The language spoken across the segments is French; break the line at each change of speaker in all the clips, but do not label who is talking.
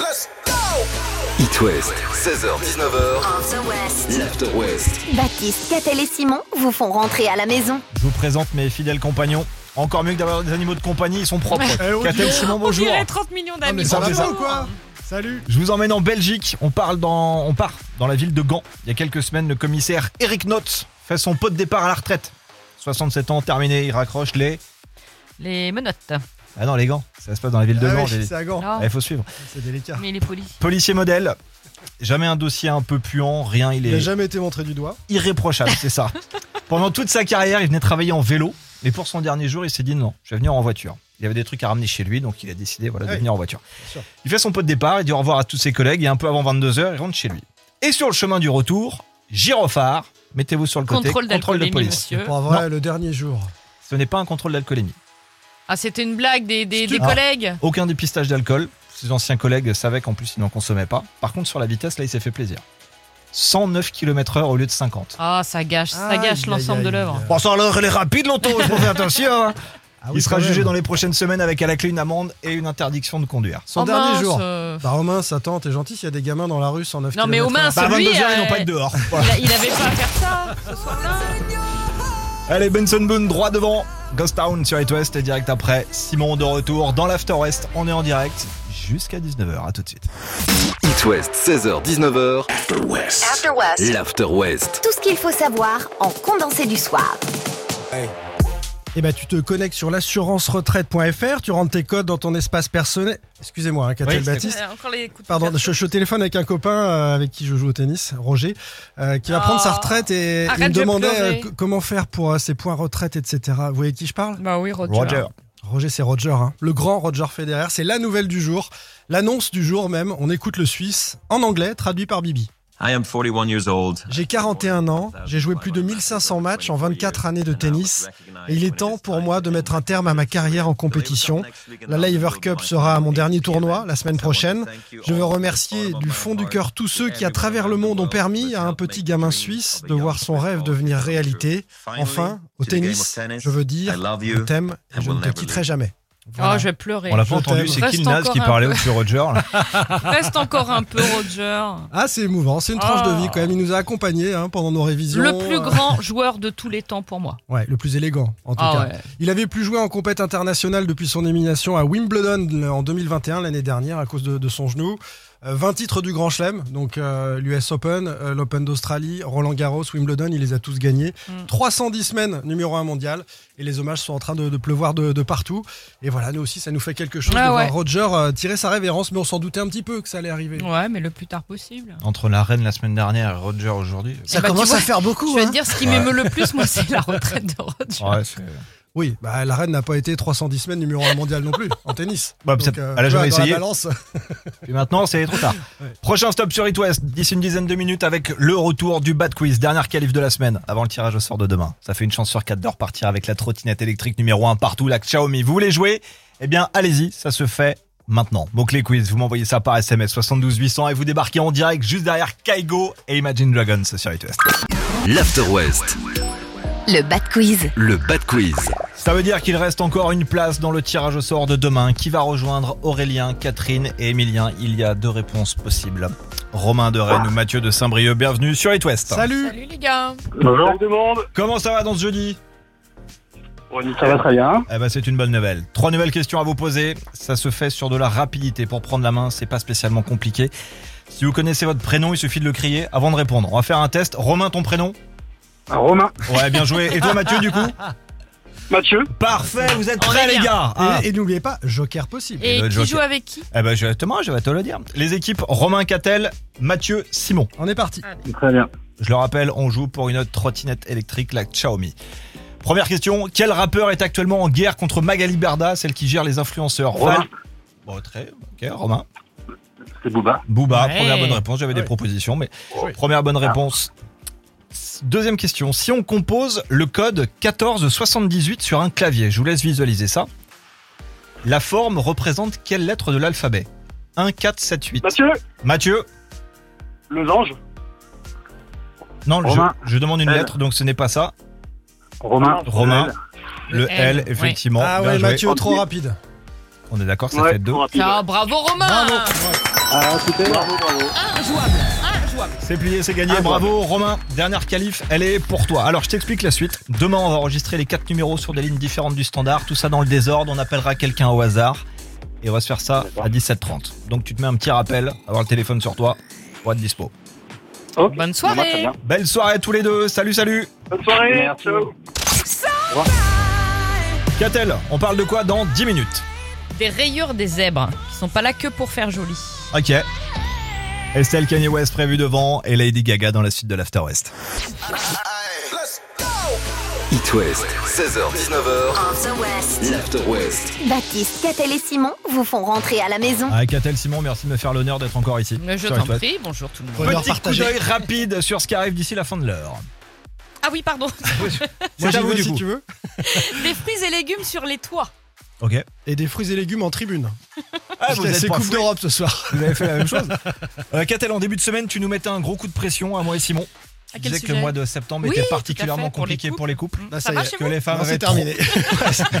Let's go
It West, 16h-19h,
After West.
l'After West.
Baptiste, Catel et Simon vous font rentrer à la maison.
Je vous présente mes fidèles compagnons. Encore mieux que d'avoir des animaux de compagnie, ils sont propres.
Eh, on Ah,
Catel
dirait-
Simon,
On
bonjour.
dirait 30 millions d'amis.
ça va
ou quoi Salut
Je vous emmène en Belgique. On, parle dans, on part dans la ville de Gand. Il y a quelques semaines, le commissaire Eric Notz fait son pot de départ à la retraite. 67 ans terminé, il raccroche les.
Les menottes.
Ah non, les gants. Ça se passe dans la ville de
Ah
Gand.
oui,
j'ai dit.
C'est à Gand,
Ah,
Non,
Il faut suivre.
c'est délicat.
mais les polis.
Policier modèle. Jamais un dossier un peu puant, rien, il
Il n'a
est
jamais été montré du doigt.
irréprochable, c'est ça. Pendant toute sa carrière, il venait travailler en vélo, mais pour son dernier jour, il s'est dit non, je vais venir en voiture. Il avait des trucs à ramener chez lui, donc il a décidé voilà, de
Ouais,
venir en voiture.
sûr.
Il fait son pot de départ, il dit au revoir à tous ses collègues, et un peu avant 22h, il rentre chez lui. Et sur le chemin du retour, gyrophare, mettez-vous sur le côté, contrôle
Contrôle
de
d'alcoolémie,
police.
monsieur.
Pour en vrai, le dernier jour.
Ce n'est pas un contrôle d'alcoolémie.
Ah, c'était une blague des, des, des
Ah.
collègues.
Aucun dépistage d'alcool. Ses anciens collègues savaient qu'en plus, il n'en consommait pas. Par contre, sur la vitesse, là, il s'est fait plaisir. 109 km/h au lieu de 50.
Ah, ça gâche, ça gâche l'ensemble de l'œuvre.
Bon, ça alors, elle est rapide, l'auto, je fais attention. hein.
Ah oui,
Il sera
quand
jugé
même.
dans les prochaines semaines avec à la clé une amende et une interdiction de conduire.
Son
Oh,
dernier
mince,
jour.
euh,
Bah, Romain, ça tente, t'es gentil s'il y a des gamins dans la rue sans 9
Non, mais au mince,
Bah, à
lui,
22h,
euh,
ils n'ont pas été dehors.
il, a- il avait pas à faire ça ce soir-là.
Allez, Benson Boone, droit devant. Ghost Town sur It West et direct après. Simon de retour dans l'After West. On est en direct jusqu'à 19h. À tout de suite.
It West, 16h-19h,
After West.
l'After West.
Tout ce qu'il faut savoir en condensé du soir.
Et bah, tu te connectes sur l'assurance-retraite.fr, tu rentres tes codes dans ton espace personnel. Excusez-moi, hein, Catel
Oui, c'est
Baptiste.
Euh, Encore les coups de
Pardon,
fer.
je suis au téléphone avec un copain euh, avec qui je joue au tennis, Roger, euh, qui va
Oh.
prendre sa retraite et
Arrête
il me
de
demandait
pleurer.
euh, co- comment faire pour euh, ses points retraite, etc. Vous voyez de qui je parle
Bah oui, Roger.
Roger.
Roger, c'est Roger, hein. le grand Roger Federer. C'est la nouvelle du jour, l'annonce du jour même. On écoute le Suisse en anglais, traduit par Bibi.
I am 41 years old.
J'ai 41 ans, j'ai joué plus de 1500 matchs en 24 années de tennis. et il est temps pour moi de mettre un terme à ma carrière en compétition. La Laver Cup sera à mon dernier tournoi la semaine prochaine. Je veux remercier du fond du cœur tous ceux qui, à travers le monde, ont permis à un petit gamin suisse de voir son rêve devenir réalité. Enfin, au tennis, je veux dire, je t'aime et je ne te quitterai jamais. Voilà.
Oh, je vais pleurer.
On l'a pas
Je
entendu,
t'aime.
c'est
Reste
qui le naze
encore
qui
un
parlait
peu.
au-dessus de Roger là
Reste encore un peu, Roger.
Ah, c'est émouvant, c'est une tranche de
Oh.
vie quand même. Il nous a accompagnés hein, pendant nos révisions.
Le plus
Euh,
grand joueur de tous les temps pour moi.
Ouais, le plus élégant, en tout cas.
Ah ouais.
Il avait plus joué en compète internationale depuis son élimination à Wimbledon en 2021, l'année dernière, à cause de, de son genou. Euh, 20 titres du Grand Chelem, donc euh, l'US Open, euh, l'Open d'Australie, Roland Garros, Wimbledon, il les a tous gagnés.
Mm.
310 semaines, numéro 1 mondial. Et les hommages sont en train de, de pleuvoir de, de partout. Et voilà, nous aussi, ça nous fait quelque chose
Ah
de
ouais.
voir Roger euh, tirer sa révérence, mais on s'en doutait un petit peu que ça allait arriver.
Ouais, mais le plus tard possible.
Entre la reine la semaine dernière et Roger aujourd'hui.
Ça
Eh bah, tu
commence
vois,
à faire beaucoup.
Je vais
hein.
te dire, ce qui
Ouais.
m'émeut le plus, moi, c'est la retraite de Roger.
Ouais, c'est-
Oui, bah, la reine n'a pas été 310 semaines numéro 1 mondial non plus en tennis.
Bah,
Donc,
peut-être-
euh,
elle a
tu vois,
jamais
dans la
essayé.
balance.
Puis maintenant, c'est trop tard. Prochain stop sur It West, d'ici une dizaine de minutes avec le retour du Bad Quiz, dernière qualif de la semaine, avant le tirage au sort de demain. Ça fait une chance sur quatre de repartir avec la trottinette électrique numéro 1 partout, la Xiaomi. Vous voulez jouer Eh bien, allez-y, ça se fait maintenant. Mot-clé quiz, vous m'envoyez ça par SMS 72 800 et vous débarquez en direct juste derrière Kaigo et Imagine Dragons sur It West.
L'After West,
Le Bad Quiz.
le Bad Quiz.
Ça veut dire qu'il reste encore une place dans le tirage au sort de demain qui va rejoindre Aurélien, Catherine et Emilien. Il y a deux réponses possibles. Romain de Rennes ou Mathieu de Saint-Brieuc, bienvenue sur It West.
Salut
Salut les gars.
Bonjour. tout le monde.
Comment ça va dans ce jeudi
Ça va très bien.
Eh ben c'est une bonne nouvelle. Trois nouvelles questions à vous poser. Ça se fait sur de la rapidité pour prendre la main, c'est pas spécialement compliqué. Si vous connaissez votre prénom, il suffit de le crier avant de répondre. On va faire un test. Romain, ton prénom
Romain.
Ouais, bien joué. Et toi, Mathieu, du coup
Mathieu.
Parfait, vous êtes
On
prêts,
est
les
bien.
gars Ah.
Et, et n'oubliez pas, joker possible.
Et
Et
le
qui
Joker.
joue avec qui
Eh ben justement, je vais te le dire. Les équipes Romain Catel, Mathieu, Simon.
On est parti.
Très bien.
Je le rappelle, on joue pour une autre trottinette électrique, la Xiaomi. Première question, quel rappeur est actuellement en guerre contre Magali Berda, celle qui gère les influenceurs
Romain.
Val- Bon, très, ok, Romain.
C'est Bouba.
Booba,
Ouais.
première bonne réponse. J'avais des
Ouais.
propositions, mais première bonne
Ah.
réponse. Deuxième question. Si on compose le code 1478 sur un clavier, je vous laisse visualiser ça. La forme représente quelle lettre de l'alphabet 1, 4, 7, 8.
Mathieu.
Mathieu
Losange.
Non, je,
Romain.
je demande une
L.
lettre, donc ce n'est pas ça.
Romain.
Romain. Le
Le L,
L, effectivement.
ah
Bien
ouais,
joué.
Mathieu, trop rapide.
On est d'accord, ça
Ouais,
fait deux.
trop rapide.
Ah, bravo Romain
Ah, super.
Bravo, bravo.
Injouable Injouable
C'est plié, c'est gagné. Ah, Bravo Romain. Dernière qualif, elle est pour toi. Alors je t'explique la suite. Demain, on va enregistrer les quatre numéros sur des lignes différentes du standard. Tout ça dans le désordre. On appellera quelqu'un au hasard. Et on va se faire ça à 17h30. Donc tu te mets un petit rappel, avoir le téléphone sur toi pour être dispo.
Bonne
Ok. Bon, bah, très
soirée
bien.
Belle soirée à tous les deux. Salut, salut.
Bonne soirée.
Merci.
Ciao.
Catel, on parle de quoi dans 10 minutes
Des rayures des zèbres, qui sont pas là que pour faire joli.
Ok. Estelle Kanye West prévue devant et Lady Gaga dans la suite de l'After West.
It West, 16h-19h, l'After West.
Baptiste, Catel et Simon vous font rentrer à la maison.
Ah, Catel Simon, merci de me faire l'honneur d'être encore ici.
Mais Je
Sur
t'en
It West.
prie, bonjour tout le monde.
Bonheur
Petit coup
partagé.
d'œil rapide sur ce qui arrive d'ici la fin de l'heure.
Ah oui, pardon.
Moi,
C'est à
j'y
vous,
vais
du
si
coup.
tu veux.
Des fruits et légumes sur les toits.
Ok.
Et des fruits et légumes en tribune.
Ah, vous,
Putain,
êtes
C'est
pas
Coupe
fous.
d'Europe ce soir.
Vous avez fait la même chose. Euh, Catel, en début de semaine, tu nous mettais un gros coup de pression à moi et Simon.
À
Tu
quel
disais que
sujet
le mois de septembre
Oui,
était
tout à fait,
particulièrement
pour les
compliqué pour les couples.
Hmm,
Là,
ça
ça y
va
est,
chez
Que
vous
les femmes,
Non,
avaient
c'est
Ah, trop,
terminé.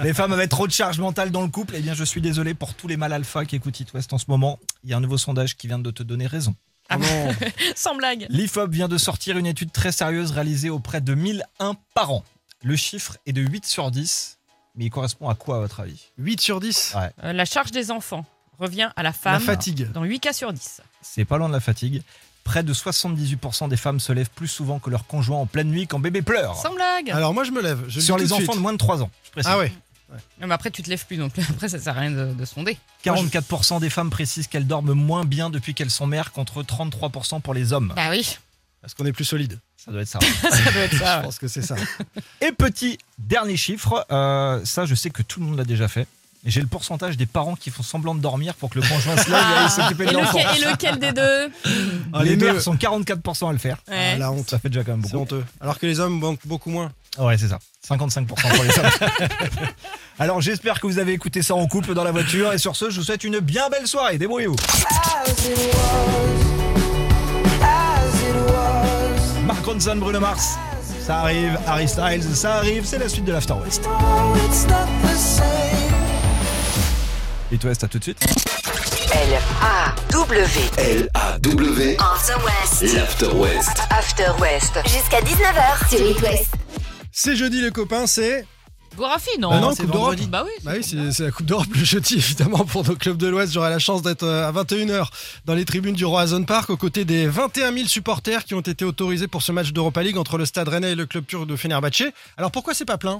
les femmes avaient trop de charge mentale dans le couple. Eh bien, je suis désolé pour tous les mâles alpha qui écoutent It West en ce moment. Il y a un nouveau sondage qui vient de te donner raison.
Ah,
Non.
Sans blague.
L'IFOP vient de sortir une étude très sérieuse réalisée auprès de 1001 parents. Le chiffre est de 8 sur 10, mais il correspond à quoi à votre avis
8 sur 10.
Ah,
Euh, la charge des enfants revient à la
La
femme
fatigue.
dans 8 cas sur 10.
C'est pas loin de la fatigue. Près de 78% des femmes se lèvent plus souvent que leur conjoint en pleine nuit quand bébé pleure.
Sans blague
Alors moi je me lève. Je le
Sur
dis
les
tout de
enfants de
suite.
moins de 3 ans, je précise.
Ah ouais.
Non, mais après, tu te lèves plus, donc après, ça sert à rien de, de sonder.
44% des femmes précisent qu'elles dorment moins bien depuis qu'elles sont mères contre 33% pour les hommes.
Bah oui,
Parce qu'on est plus solide.
Ça doit être ça.
ça doit être
Ah.
ça.
Je pense que c'est ça.
Et petit dernier chiffre, euh, ça je sais que tout le monde l'a déjà fait. J'ai le pourcentage des parents qui font semblant de dormir pour que le conjoint se lève et aille s'occuper
Ah. et,
de l'enfant.
lequel, et lequel des deux
Ah,
les
les
mères
deux.
sont 44% à le faire.
Ah,
Ouais.
la honte.
Ça fait déjà quand même
C'est
beaucoup.
honteux. Alors que les hommes manquent beaucoup moins.
Ouais, c'est ça. 55% pour les hommes. Alors j'espère que vous avez écouté ça en couple dans la voiture. Et sur ce, je vous souhaite une bien belle soirée. Débrouillez-vous. Mark Ronson, Bruno Mars. Ça arrive, Harry Styles, ça arrive, c'est la suite de l'After West. Et toi, à tout de suite.
L-A-W.
L-A-W,
After West.
l'After West.
After West.
Jusqu'à 19h sur It West.
C'est jeudi les copains, c'est.
Gorafi, non
Bah non,
c'est
Coupe d'Europe.
vendredi. Bah oui.
Bah oui, c'est c'est la Coupe d'Europe le jeudi évidemment pour nos clubs de l'Ouest. J'aurai la chance d'être euh, à 21h dans les tribunes du Roazhon Park aux côtés des 21 000 supporters qui ont été autorisés pour ce match d'Europa League entre le Stade Rennais et le club turc de Fenerbahçe. Alors pourquoi c'est pas plein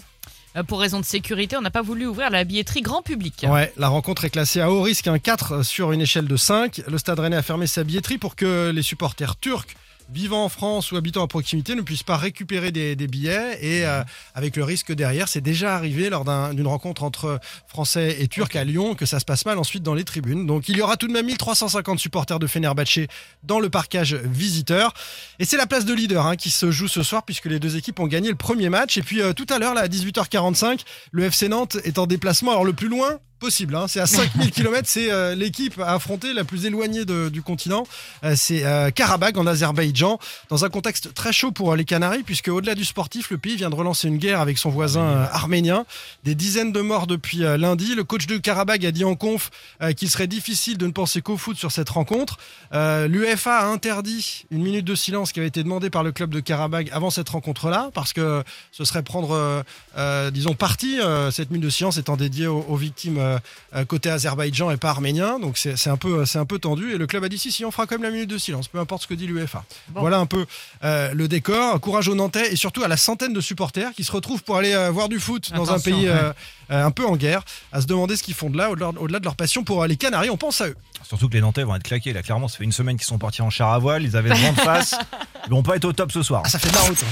Euh, Pour raison de sécurité, on n'a pas voulu ouvrir la billetterie grand public.
Ouais, la rencontre est classée à haut risque, un 4 sur une échelle de 5. Le Stade Rennais a fermé sa billetterie pour que les supporters turcs vivant en France ou habitant à proximité ne puissent pas récupérer des, des billets et euh, avec le risque derrière, c'est déjà arrivé lors d'un- d'une rencontre entre Français et Turcs à Lyon que ça se passe mal ensuite dans les tribunes. Donc il y aura tout de même 1350 supporters de Fenerbahçe dans le parcage visiteur. Et c'est la place de leader hein, qui se joue ce soir puisque les deux équipes ont gagné le premier match. Et puis euh, tout à l'heure, là, à 18h45, le FC Nantes est en déplacement, alors le plus loin possible, hein. c'est à 5000 km, c'est euh, l'équipe à affronter la plus éloignée de- du continent, Euh, c'est euh, Karabakh en Azerbaïdjan, dans un contexte très chaud pour euh, les Canaries, puisque au-delà du sportif, le pays vient de relancer une guerre avec son voisin euh, arménien, des dizaines de morts depuis euh, lundi, le coach de Karabakh a dit en conf euh, qu'il serait difficile de ne penser qu'au foot sur cette rencontre, euh, l'UEFA a interdit une minute de silence qui avait été demandée par le club de Karabakh avant cette rencontre-là, parce que ce serait prendre... euh, euh, disons, partie, euh, cette minute de silence étant dédiée aux, aux victimes euh, euh, côté azerbaïdjan et pas arménien. Donc c'est c'est un, peu- euh, c'est un peu tendu. Et le club a dit si, si, on fera quand même la minute de silence, peu importe ce que dit l'UEFA.
Bon.
Voilà un peu euh, le décor. Courage aux Nantais et surtout à la centaine de supporters qui se retrouvent pour aller euh, voir du foot dans un
Attention,
pays euh, euh, un peu en guerre, à se demander ce qu'ils font de là, au-delà au-delà de leur passion pour euh, les Canaries. On pense à eux.
Surtout que les Nantais vont être claqués. Là, clairement, ça fait une semaine qu'ils sont partis en char à voile. Ils avaient le vent de face. Ils vont pas être au top ce soir.
Ah, ça fait de la route.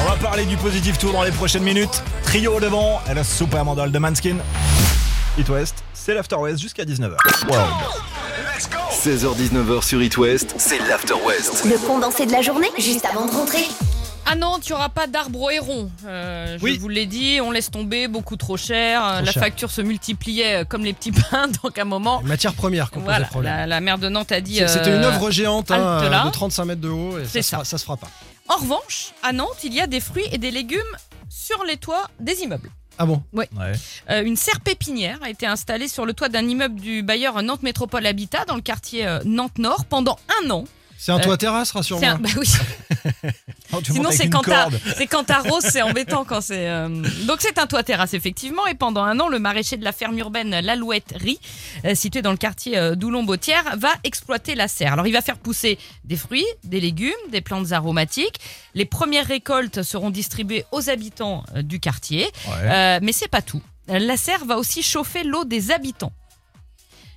On va parler du positif tour dans les prochaines minutes. Trio au devant et la super mandale de Manskin. It West, c'est l'After West jusqu'à 19h.
16h-19h sur It West, c'est l'After West.
Le condensé de la journée juste avant de rentrer.
Ah non, tu auras pas d'arbre au héron. Euh, je
Oui.
vous l'ai dit, on laisse tomber, beaucoup trop cher. Euh,
Trop
la
cher.
facture se multipliait euh, comme les petits pains, donc à un moment.
Matière première qu'on pose le
Voilà,
problème.
la, la mère de Nantes a dit.
C'est- C'était une
euh,
œuvre géante hein,
halte là.
de 35 mètres de haut et ça, se
C'est ça.
fera- ça se fera pas.
En revanche, à Nantes, il y a des fruits et des légumes sur les toits des immeubles.
Ah bon
Ouais.
Euh, une serre pépinière a été installée sur le toit d'un immeuble du bailleur Nantes Métropole Habitat dans le quartier euh, Nantes Nord pendant un an.
C'est un
Euh,
toit terrasse, rassure-moi.
C'est un- bah oui.
Non, Oh, tu
Sinon
montes avec
c'est
une
quand t'as-
corde.
c'est quand t'as rose, c'est embêtant quand c'est. euh, Donc c'est un toit terrasse effectivement et pendant un an le maraîcher de la ferme urbaine l'Alouette Rie, euh, situé dans le quartier euh, d'Oulon-Bautière, va exploiter la serre. Alors il va faire pousser des fruits, des légumes, des plantes aromatiques. Les premières récoltes seront distribuées aux habitants euh, du quartier.
Ouais.
Euh, mais c'est pas tout. La serre va aussi chauffer l'eau des habitants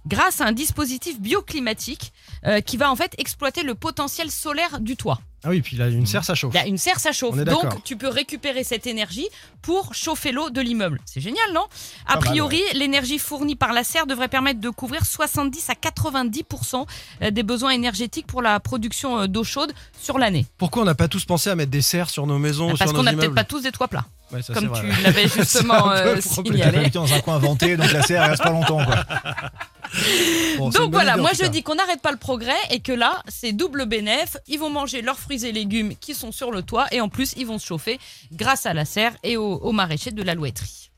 grâce à un dispositif bioclimatique euh, qui va en fait exploiter le potentiel solaire du toit.
Ah oui, puis là, une serre, ça chauffe.
Là, une serre, ça chauffe.
On est d'accord.
Donc, tu peux récupérer cette énergie pour chauffer l'eau de l'immeuble. C'est génial, non
Pas
A
mal,
priori, l'énergie fournie par la serre devrait permettre de couvrir 70 à 90% euh, des besoins énergétiques pour la production euh, d'eau chaude sur l'année.
Pourquoi on n'a pas tous pensé à mettre des serres sur nos maisons ou
Ah, Parce
Oh, sur nos
qu'on n'a peut-être
immeubles
pas tous des toits plats,
Ouais, ça, c'est
comme
vrai,
tu
ouais.
l'avais justement
C'est un peu
euh,
le problème.
T'as
signalé.
habité dans un coin inventé, donc la serre elle reste pas longtemps. Quoi.
Bon, c'est une
Donc
bonne
voilà,
idée, en
moi
tout
je
cas.
dis qu'on n'arrête pas le progrès et que là, c'est double bénéf. Ils vont manger leurs fruits et légumes qui sont sur le toit et en plus, ils vont se chauffer grâce à la serre et au, au maraîcher de la louetterie.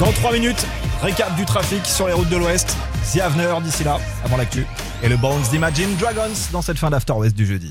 Dans 3 minutes, récap du trafic sur les routes de l'Ouest. The Avener d'ici là, avant l'actu. Et le Bones d'Imagine Dragons dans cette fin d'After West du jeudi.